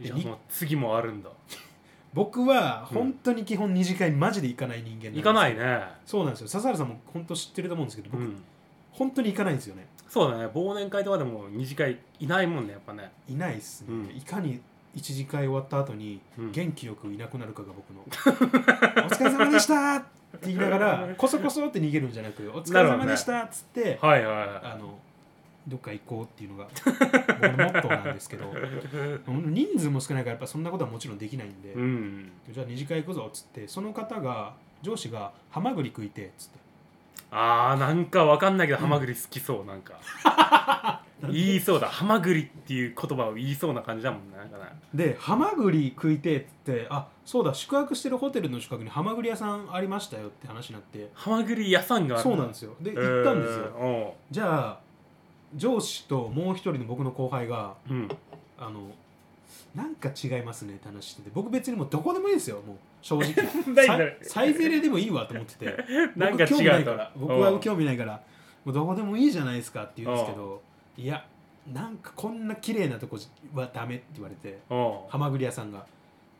A: いや
B: に
A: もう次もあるんだ
B: 僕は本当に基本二次会マジで行かない人間んです
A: 行かないね
B: そうなんですよ笹原さんも本当知ってると思うんですけど
A: う
B: 僕、
A: ん
B: 本当に行かないんですよね
A: そうだね忘年会とかでも二次会いないもんねやっぱね
B: いないっすね、
A: うん
B: いかに一次会終わった後に
A: うん
B: 元気よくいなくなるかが僕の [laughs] 「お疲れ様でした!」って言いながらこそこそって逃げるんじゃなく「お疲れ様でした!」っつって、
A: はいはいは
B: あのどっか行こうっていうのが僕のモットーなんですけど人数も少ないからやっぱそんなことはもちろんできないんで、
A: いうん
B: じゃあ二次会行くぞっつってその方が上司が「ハマグリ食いて」っつって
A: あーなんかわかんないけどハマグリ好きそうなん
B: [laughs]
A: か言いそうだハマグリっていう言葉を言いそうな感じだもんねなんかね
B: で「ハマグリ食いて」っつって「あそうだ宿泊してるホテルの近くにハマグリ屋さんありましたよ」って話になって
A: ハマグリ屋さんがある
B: そうなん
A: ん
B: ですよで行ったんですよ、
A: よ
B: じゃあ上司ともう一人の僕の後輩が
A: うん
B: あのなんか違いますねって話してて僕別にもうどこでもいいですよもう正
A: [laughs]
B: 直
A: 大
B: さ
A: 丈夫
B: サイゼリヤでもいいわと思ってて
A: [laughs] なんか
B: 僕興味な
A: 違う
B: い
A: と
B: から僕は
A: うん
B: 興味ないからもうどこでもいいじゃないですかって言うんですけどいやなんかこんな綺麗なとこはダメって言われて
A: おう
B: ハマグリ屋さんが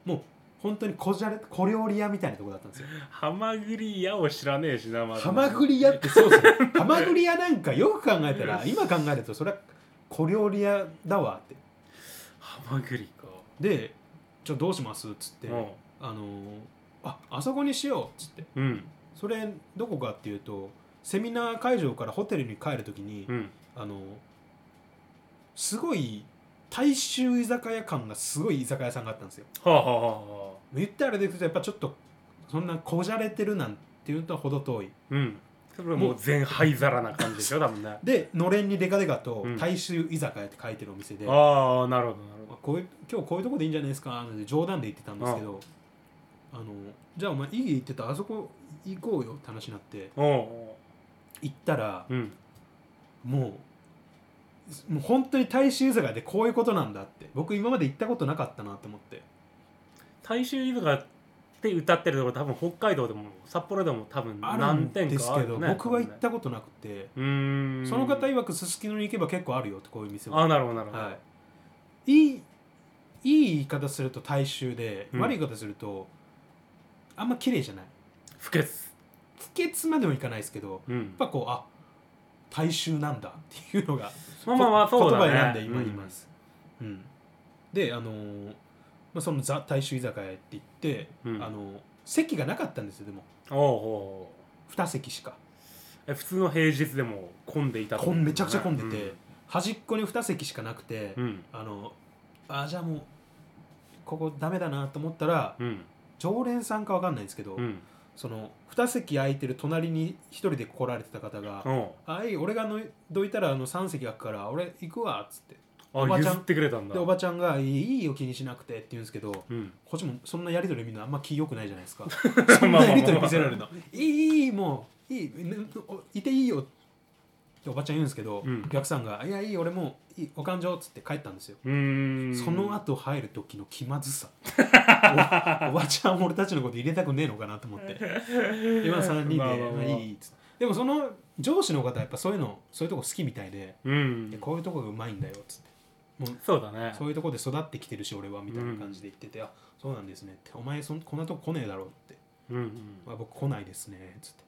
B: もう本当にこじゃれ小料理屋みたいなとこだったんですよ
A: ハマグリ屋を知らねえしなまだ
B: ハマグリ屋ってそうですね。 [laughs] ハマグリ屋なんかよく考えたら、今考えるとそれは小料理屋だわって。
A: ハマグリか
B: で、じゃあどうしますっつって、
A: おう
B: あのーあ、あそこにしようっつって。
A: うん
B: それどこかっていうと、セミナー会場からホテルに帰るときに、
A: うん
B: あのーすごい大衆居酒屋感がすごい居酒屋さんがあったんですよ。
A: はあはあはあはあ
B: 言ってあれでいくとやっぱちょっとそんなこじゃれてるなんていうとほど遠い。
A: うんそれはもう全灰皿な感じでしょ多分ね
B: でのれんにデカデカと
A: うん
B: 大衆居酒屋って書いてるお店で、まあ
A: ああなるほどなるほ
B: こういう今日こういうとこでいいんじゃないですかなんて冗談で言ってたんですけどあのじゃあお前いい言ってたあそこ行こうよって話になって
A: どおう
B: 行ったら
A: おううん
B: もうもう本当に大衆居酒屋でこういうことなんだって僕今まで行ったことなかったなと思って
A: 大衆居酒屋って歌ってるところ多分北海道でも札幌でも多分
B: ある
A: 何
B: ん
A: 点
B: です
A: かあ
B: け
A: る
B: ど、
A: よね
B: 僕は行ったことなくて、
A: うーん
B: その方曰くすすきのに行けば結構あるよってこういう店は
A: ああなるほどなるほど、
B: はい、いいいい言い方すると大衆で、
A: うん
B: 悪い言い方するとあんま綺麗じゃない
A: 不潔
B: 不潔までもいかないですけどやっ
A: うん
B: ぱこうあ大衆なんだっていうのが
A: まあまあまあそうだね
B: 言葉選んで今
A: うん
B: 言います、うんであのーまあ、そのザ大衆居酒屋って言って、
A: うん
B: あのー席がなかったんですよでも
A: おうお
B: 2席しか
A: うえ普通の平日でも混んでいた
B: こんめちゃくちゃ混んでて、端っこに2席しかなくて、
A: うん
B: あのあじゃあもうここダメだなと思ったら
A: うん
B: 常連さんかわかんないんですけど、
A: うん
B: その2席空いてる隣に1人で来られてた方が「
A: うん
B: はい俺がのどいたらあの3席空くから俺行くわ」っつってお
A: あ
B: ばちゃ
A: 譲
B: ん
A: ってくれたんだ
B: でおばちゃんが「いいいいよ気にしなくて」って言うんですけど [laughs]
A: うん
B: こっちもそんなやり取り見るのあんま気良くないじゃないで
A: [laughs]
B: すかそんなやり取り見せられるの「いいいいいいもういいねおいていいよ」っておばちゃん言うんですけど、
A: うん
B: お客さんが「いやいい俺もういいお勘定」っつって帰ったんですよ
A: うーん
B: その後入る時の気ま
A: [laughs]
B: ずさおおばちゃん俺たちのこと入れたくねえのかなと
A: [laughs]
B: 思って今3人で「
A: まあ
B: ま
A: まあまあ
B: あいい」っつってでもその上司の方はやっぱそういうのそういうとこ好きみたいで
A: う
B: い
A: ん
B: やこういうとこがうまいんだよっつって
A: そうだね
B: そういうとこで育ってきてるし俺はみたいな感じで言ってて「あそうなんですね」って「お前そんこんなとこ来ねえだろ」って
A: うんうん
B: 「あ僕来ないですね」っつって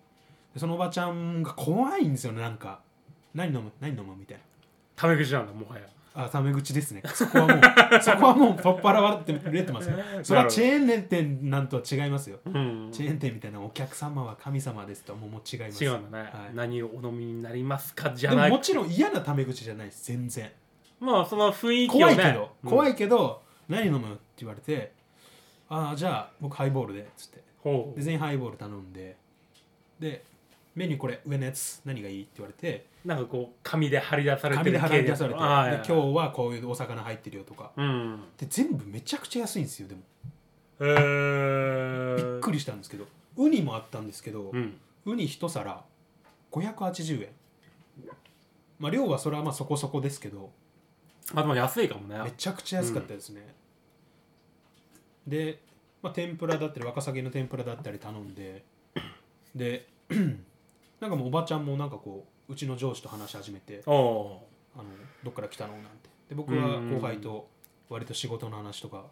B: でそのおばちゃんが怖いんですよねなんか「何飲む何飲む」みたいな。
A: タメ口なんだもはや
B: あ、タメ口ですね。そこはもう、そこはもう、取っ払われて、売れてますよ。それはチェーン店なんとは違いますよ。
A: うん
B: チェーン店みたいなお客様は神様ですとはもうもう違います。
A: 違うんだね、
B: はい
A: 何をお飲みになりますかじ
B: で
A: ゃ
B: も
A: ない
B: もちろん嫌なタメ口じゃないです、全然。
A: まあその雰囲気を
B: 怖
A: ね
B: いけど、怖
A: い、
B: いけど、何飲むって言われて、ああ、じゃあ僕ハイボールで、つって。
A: うんほ
B: で、全員ハイボール頼んで、で、メニューこれ、上のやつ、何がいいって言われて、
A: うなんかこう紙で張り出されてる
B: 紙で払い出されて、で
A: ああいやいや
B: 今日はこういうお魚入ってるよとか。
A: うん
B: で、全部めちゃくちゃ安いんですよ、でも。
A: えー、
B: びっくりしたんですけどウニもあったんですけど、
A: うん
B: ウニ一皿580円まあ量はそれはまあそこそこですけど
A: あでも安いかもね
B: めちゃくちゃ安かったですね、で、まあ、天ぷらだったりワカサギの天ぷらだったり頼んでで [clears throat] なんかもうおばちゃんもなんかこううちの上司と話し始めて
A: おお
B: あのどっから来たのなんてで僕は後輩と割と仕事の話とか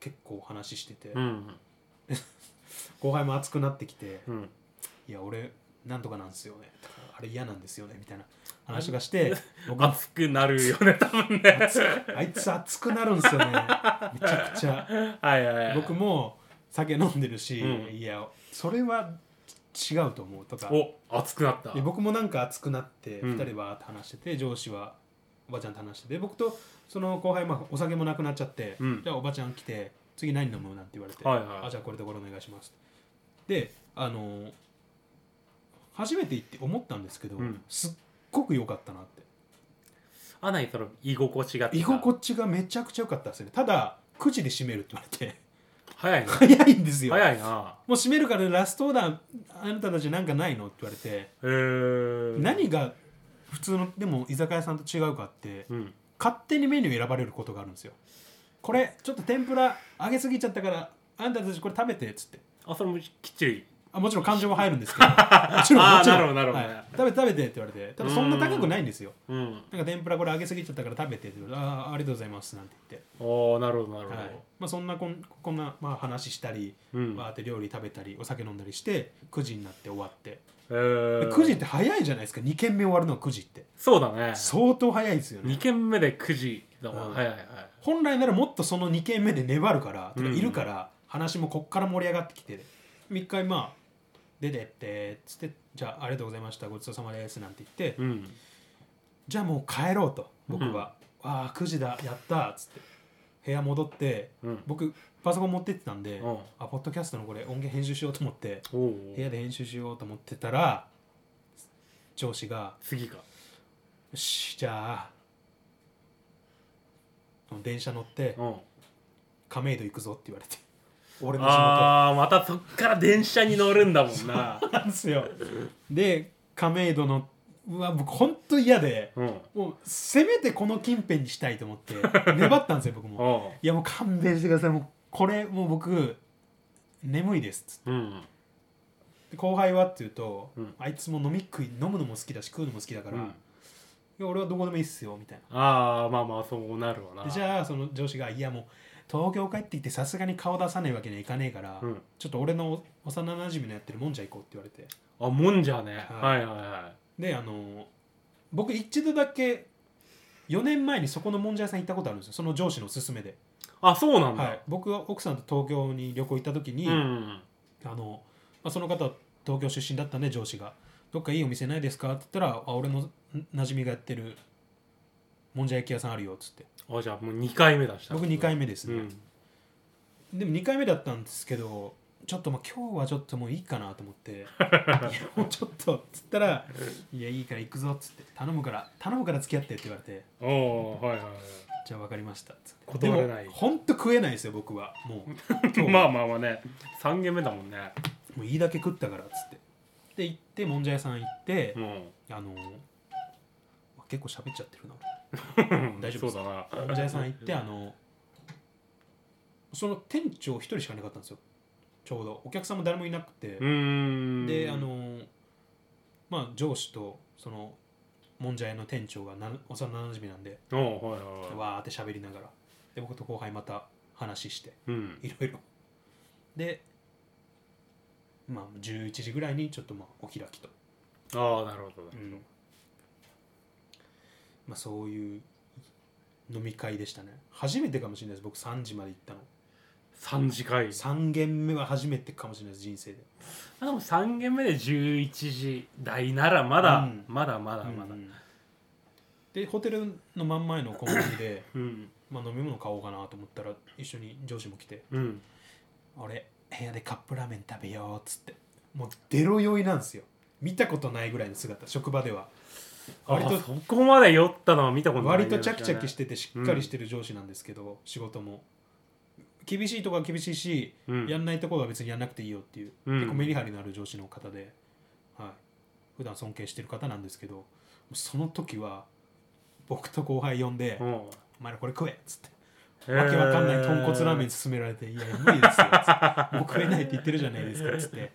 B: 結構話してて、
A: ううん
B: 後輩も熱くなってきて、
A: うん
B: いや俺なんとかなんですよねとかあれ嫌なんですよねみたいな話と
A: [laughs]
B: かして僕
A: 熱くなるよね多分ね
B: 熱くあいつ熱くなるんですよねめちゃくちゃ
A: はいはいはい
B: 僕も酒飲んでるし、
A: うん
B: いやそれは違うと思うとか
A: お熱くなった
B: で僕もなんか熱くなって
A: うん
B: 2人はって話してて、上司はおばちゃんと話してて僕とその後輩、まあ、お酒もなくなっちゃって、
A: うん
B: じゃあおばちゃん来て次何飲むなんて言われて、
A: はいはい
B: あじゃあこれでこれお願いしますであのー初めて行って思ったんですけど、
A: うん
B: すっごく良かったなって
A: あないその居心地が
B: 居心地がめちゃくちゃ良かったですねただ9時で閉めるって言われて
A: 早いな
B: 早いんですよ
A: 早いな
B: もう閉めるからラストオーダーあなたたちなんかないのって言われて
A: えー、
B: 何が普通のでも居酒屋さんと違うかって
A: うん
B: 勝手にメニュー選ばれることがあるんですよこれちょっと天ぷら揚げすぎちゃったからあんたたちこれ食べてっつって
A: あそれもきっちり
B: あもちろん感情も入るんですけ
A: [laughs]
B: どもちろん
A: あー
B: もちろ
A: な
B: ん
A: るほどなるほど
B: はい食べて食べてって言われてただそんな高くないんですよ
A: うん
B: なんか天ぷらこれ揚げすぎちゃったから食べてって言われてあーありがとうございますなんて言って
A: おおなるほどなるほど、
B: はいまあ、そんなこんこんな、まあ、話したり、
A: うん
B: わーって料理食べたりお酒飲んだりして9時になって終わって
A: えー、
B: 9時って早いじゃないですか2軒目終わるの9時って
A: そうだね
B: 相当早いですよ
A: 2
B: ね
A: 軒目で9時だもん、
B: うん
A: はいはいはい
B: 本来ならもっとその2軒目で粘るからてか
A: うん
B: いるから話もこっから盛り上がってきて3回まあ出てってつってじゃあありがとうございましたごちそうさまですなんて言って
A: うん
B: じゃあもう帰ろうと僕は、ああ9時だやったっつって部屋戻って
A: うん
B: 僕パソコン持ってってたんで、
A: うん
B: あポッドキャストのこれ音源編集しようと思って
A: おお
B: 部屋で編集しようと思ってたら上司が
A: 次か
B: よしじゃあ電車乗って
A: うん
B: 亀戸行くぞって言われて俺の仕事
A: ああまたそっから電車に乗るんだもんな
B: なんですよで亀戸のうわ僕ほんと嫌で
A: うん
B: もうせめてこの近辺にしたいと思って粘ったんですよ
A: [laughs]
B: 僕も
A: お
B: いやもう勘弁してくださいもうこれもう僕眠いですっつって
A: うん
B: で後輩はっていうと、
A: うん
B: あいつも飲み食い飲むのも好きだし食うのも好きだから、
A: うん
B: いや俺はどこでもいいっすよみたいな
A: ああまあまあそうなるわな
B: でじゃあその上司が「いやもう東京帰ってきてさすがに顔出さないわけにはいかねえから、
A: うん
B: ちょっと俺の幼なじみのやってるもんじゃ行こう」って言われて
A: あもんじゃね、
B: は
A: はいい、はいは
B: であの僕一度だけ4年前にそこのもんじゃ屋さん行ったことあるんですよその上司の勧めで、
A: いあそうなんだ、
B: はい、僕は奥さんと東京に旅行行った時に、
A: うん
B: あの、まあ、その方東京出身だったんで上司が「どっかいいお店ないですか?」って言ったら「あ俺のなじみがやってるもんじゃ焼き屋さんあるよ」っつって
A: あじゃあもう2回目出した
B: 僕2回目ですね、
A: うん
B: でも2回目だったんですけどちょっとまあ今日はちょっともういいかなと思って「いやもうちょっと」っつったら「いやいいから行くぞ」っつって「頼むから頼むから付き合って」って言われて
A: おおはいはいは
B: 「じゃあ分かりました」っつって
A: 断れない
B: でもほんと食えないですよ僕は
A: [laughs]
B: もう
A: いまあまあまあね3軒目だもんね
B: もういいだけ食ったからっつってで行ってもんじゃ屋さん行って、
A: うん
B: あのーあ結構喋っちゃってるな
A: [laughs]
B: 大丈夫です
A: そうだ
B: も
A: なん
B: じゃ屋さん行ってあのその店長一人しかいなかったんですよちょうどお客さんも誰もいなくて
A: う、ーん
B: であのまあ上司とそのもんじゃ屋の店長がな幼なじみなんで
A: おおはいはいはい
B: わーって喋りながらで僕と後輩また話して
A: うん
B: いろいろでまあ11時ぐらいにちょっとまあお開きと、
A: ああなるほど、
B: まあそういう飲み会でしたね初めてかもしれないです僕3時まで行ったの
A: 三次会
B: 3軒目は初めてかもしれないです人生で
A: あでも3軒目で11時台ならまだ、
B: うん
A: まだまだまだ
B: うんでホテルの真ん前のコンビニで
A: うん
B: まあ飲み物買おうかなと思ったら一緒に上司も来て
A: うん
B: 「俺部屋でカップラーメン食べよう」っつってもうデロ酔いなんですよ見たことないぐらいの姿職場では割と
A: あそこまで酔ったのは見たことない、
B: 割とチャキチャキしてててしっかりしてる上司なんですけど、仕事も厳しいとこは厳しいし、
A: うん、
B: やんないとこは別にやんなくていいよっていう、
A: うん
B: 結構メリハリのある上司の方で、はい、普段尊敬してる方なんですけどその時は僕と後輩呼んで「
A: うん
B: お前らこれ食え」っつって。
A: え
B: わけわかんない
A: ー
B: 豚骨ラーメン勧められて「いや無理ですよ」つ
A: [laughs]
B: って「もう食えないって言ってるじゃないですか」つって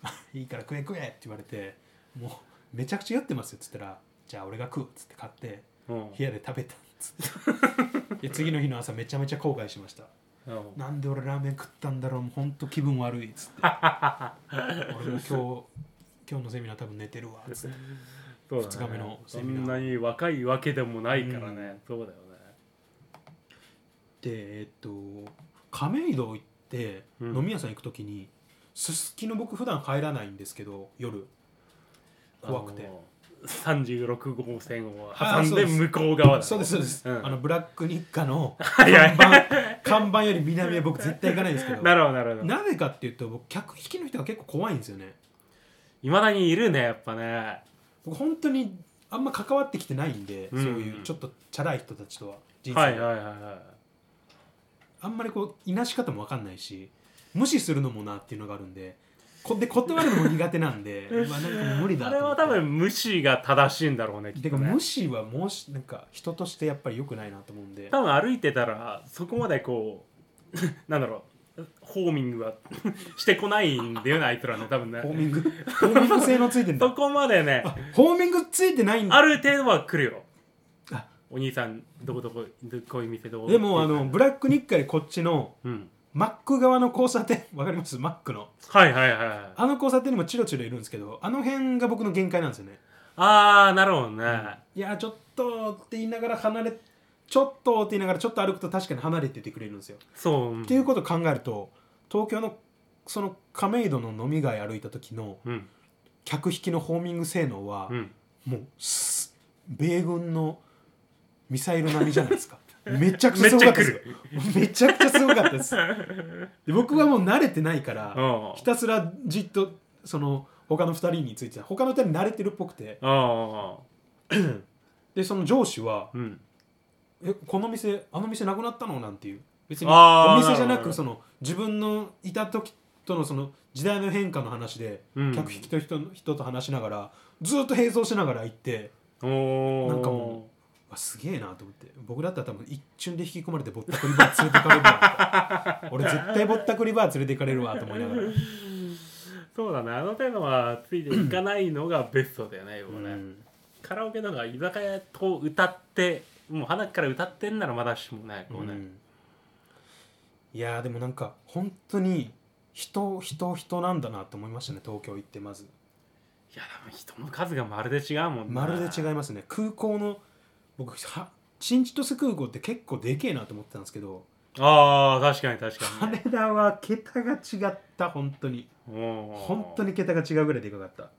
B: 「いいから食え食え」って言われてもうめちゃくちゃ酔ってますよつったら「じゃあ俺が食う」つって買って
A: うん
B: 部屋で食べたっつっていや次の日の朝めちゃめちゃ後悔しました
A: うん
B: なんで俺ラーメン食ったんだろうもうほんと気分悪いっつっ
A: [laughs]
B: て俺も今日今日のセミナー多分寝てるわっつって
A: そう
B: 二日目の
A: そ
B: セミナー
A: んなに若いわけでもないからね、そうだよね
B: でえっと亀戸行って
A: うん
B: 飲み屋さん行く時に、すすきの僕普段入らないんですけど夜怖くて
A: あの36号線を
B: あ
A: 挟
B: ー
A: ん
B: そう
A: で
B: です
A: 向こう側だ
B: そうですそうです、
A: うん
B: あのブラック日課の
A: [laughs] いはい
B: 看板看板より南へ僕絶対行かないんですけ
A: [laughs]
B: ど
A: なるほどなるほど
B: なぜかっていうと僕客引きの人が結構怖いんですよね
A: いまだにいるねやっぱね
B: 僕本当にあんま関わってきてないんで、
A: うん
B: そういうちょっとチャラい人たちとは人生、
A: はいはいはいは
B: あんまりこういなし方も分かんないし無視するのもなっていうのがあるんでこで断るのも苦手な
A: [laughs]
B: んでまあなんかもう無理
A: い
B: だ
A: あ
B: と
A: れ
B: 思っ
A: は
B: て
A: 多分無視が正しいんだろうねき
B: て
A: っ
B: か
A: とね
B: 無視はもうしなんか人としてやっぱり良くないなと思うんで
A: 多分歩いてたらそこまでこう [laughs] なんだろうホーミングは [laughs] してこないんだよねあいつらね多分ね
B: ホーミングホーミング性能ついてん
A: そ
B: だ
A: こまでね
B: あホーミングついてないんだ
A: ある程度は来るよ
B: あ
A: お兄さんどこどこどこいう店どこ
B: でもあのブラック日課でこっちの
A: うん
B: マック側の交差点 [laughs] わかりますマックの
A: はいはいはいはい
B: あの交差点にもチロチロいるんですけどあの辺が僕の限界なんですよね
A: ああなるほどね、
B: いやちょっとって言いながら離れちょっとって言いながらちょっと歩くと確かに離れててくれるんですよ、
A: そううん
B: っていうことを考えると東京のその亀戸の飲み街歩いた時の
A: うん
B: 客引きのホーミング性能は、
A: うん
B: もうす米軍のミサイル並みじゃな
A: [laughs]
B: いですかめちゃくち
A: めっ
B: ゃすご
A: ち
B: か
A: ゃ
B: ったです
A: 来
B: よ
A: る
B: めちゃくちゃすごかったですで僕はもう慣れてないか
A: う
B: ら
A: ん
B: ひたすらじっとその他の2人について他の2人慣れてるっぽくて
A: うん
B: でその上司は
A: うん
B: 「えこの店あの店なくなったの?」なんていう別に
A: あー
B: お店じゃな
A: なるほ
B: く
A: ど
B: その自分のいた時とのその時代の変化の話で
A: うん
B: 客引きと人の人と話しながらずっと並走しながら行って
A: おー
B: なんかもあすげえなと思って僕だったら多分一瞬で引き込まれてぼったくりバー連れてかれるわ
A: [laughs]
B: 俺絶対ぼったくりバー連れてかれるわと思いながら、
A: そうだねあの手のはついていかないのがベストだよね、要はね
B: うん
A: カラオケなんか居酒屋と歌ってもう花から歌ってんならまだしもねこうね、
B: うんいやーでもなんか本当に人人人なんだなと思いましたね東京行ってまず
A: いやでも人の数がまるで違うもんね
B: まるで違
A: う
B: いますね空港の僕は新千歳空港って結構でけえなと思ってたんですけど
A: ああ確かに確かに
B: 羽田は桁が違った本当に本
A: 本 [laughs]
B: 当に桁が違うぐらいでかかった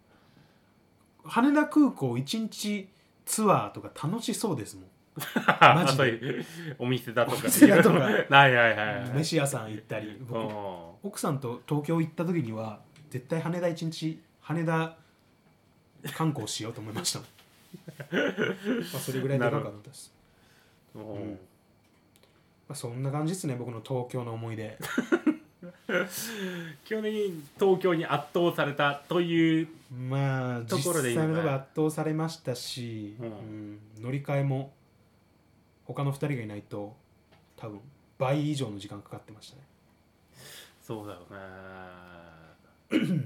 B: 羽田空港1日ツアーとか楽しそうですもんマ
A: マ
B: ジで
A: ジでお店だと
B: お
A: か
B: 店だとか
A: [laughs] はいはいはいはい
B: 飯屋さん行ったり
A: う
B: 僕
A: ん
B: 奥さんと東京行った時には絶対羽田1日羽田観光しようと思い
A: [laughs]
B: ましたもんまあそれぐらいでかかったです、
A: うん
B: まあ、そんな感じですね僕の東京の思い出
A: 基本的に東京に圧倒されたという
B: まあ
A: ところでいい
B: 実
A: のか
B: 際のとこ圧倒されましたし、
A: うん
B: うん乗り換えも他の2人がいないと多分倍以上の時間かかってましたね
A: そうだよね [coughs]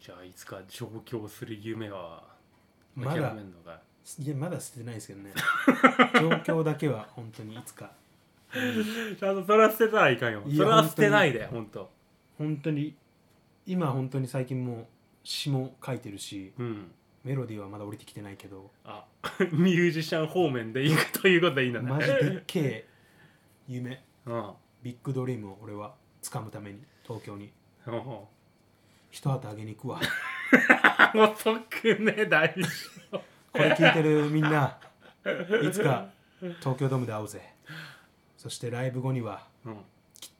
A: じゃあいつか上京する夢は
B: ま
A: 諦
B: だ
A: めんのか
B: いやまだ捨ててないですけどね状況だけは本当にいつか
A: ちゃんとそれは捨てたらいかんよ
B: い
A: そ
B: や
A: れは捨てないで本当
B: 本当に今本当に最近もう詩も書いてるし
A: うん
B: メロディーはまだ降りてきてないけど
A: あ [laughs] ミュージシャン方面で行くということでいいんだね
B: マジでっけえ夢
A: うん
B: ビッグドリームを俺は掴むために東京に
A: うんも
B: 一旗あげに行くわ
A: うそくね大丈夫
B: これ聞いてるみんないつか東京ドームで会おうぜそしてライブ後には
A: うん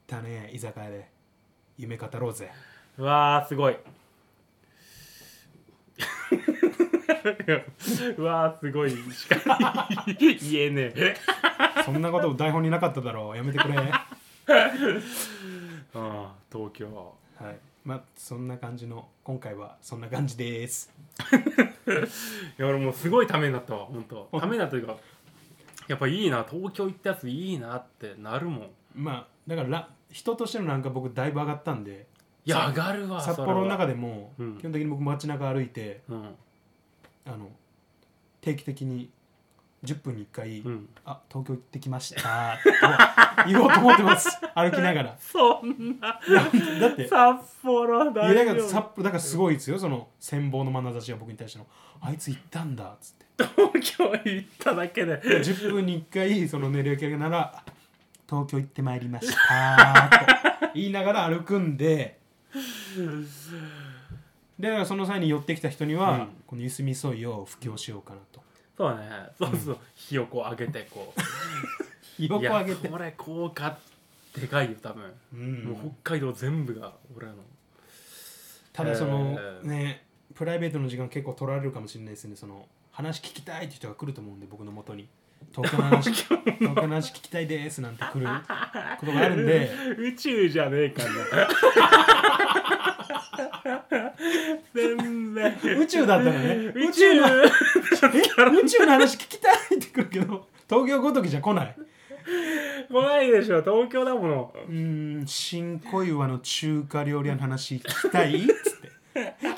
B: 汚ねえ居酒屋で夢語ろうぜ
A: うわーすごい [laughs] うわーすごいしか言えね [laughs] え
B: そんなこと台本になかっただろうやめてくれは
A: うん東京
B: いまあそんな感じの今回はそんな感じです
A: いや俺もうすごいためになったわ本当ためになったというかやっぱいいな東京行ったやついいなってなるもんい
B: まあだからラ人としてのなんか僕だいぶ上がったんで
A: や上がるわ
B: 札幌の中
A: で
B: でも
A: うん
B: 基本的に僕街中歩いて
A: うん
B: あの定期的に10分に1回、
A: うん
B: あ東京行ってきましたと言おうと思ってます歩きながら
A: そんない
B: や [laughs] だってい
A: 札幌
B: や
A: 大
B: だか
A: 丈
B: ら札
A: 夫
B: 幌だからすごいですよその羨望の眼差しは僕に対してのあいつ行ったんだっつって
A: 東京行っただけで
B: 10分に1回その寝るやけなら東京行ってまいりましたと言いながら歩くんででだからその際に寄ってきた人には、
A: うん
B: このゆすみそいを布教しようかなと
A: そうだねそうそう火をこう上げてこう
B: 横
A: い
B: 上
A: や
B: げて
A: これ効果でかいよ多分
B: う、
A: もうん北海道全部が俺らの
B: ただその、
A: えー
B: ねプライベートの時間結構取られるかもしれないですねその話聞きたいって人が来ると思うんで僕のもとに東京の話東京の話聞きたいですなんて来ることがあるんで
A: 宇宙じゃねえか [laughs] な全然
B: 宇宙だったのね
A: 宇宙
B: のえ宇宙の話聞きたいって来るけど東京ごときじゃ来ないう
A: 怖いでしょ東京だもの
B: ーん新小岩の中華料理屋の話聞きたいっつってえ聞き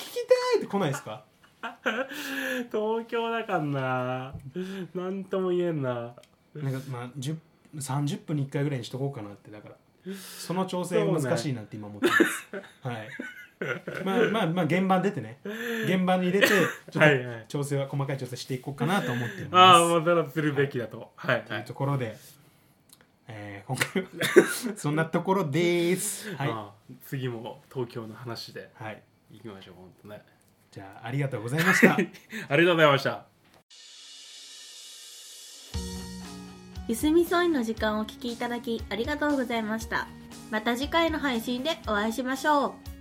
B: たいって来ないですか
A: 東京だかんななんとも言えんな
B: なんかまあ10 30分に1回ぐらいにしとこうかなってだからその調整が難しいなって今思ってます、
A: [laughs]
B: はいまあまあまあ現場に出てね現場に出てちょ
A: は
B: っ
A: いはい
B: と調整は細かい調整していこうかなと思っていま
A: あ
B: す
A: あもうそれはするべきだとはい
B: と
A: はいいう
B: ところで、えー今回は [laughs] そんなところです。はい、
A: ああ次も東京の話で
B: はい、
A: いきましょう本当ね
B: じゃあありがとうございました。
A: [laughs] ありがとうございました
C: ゆすみそいの時間をお聞きいただきありがとうございましたまた次回の配信でお会いしましょう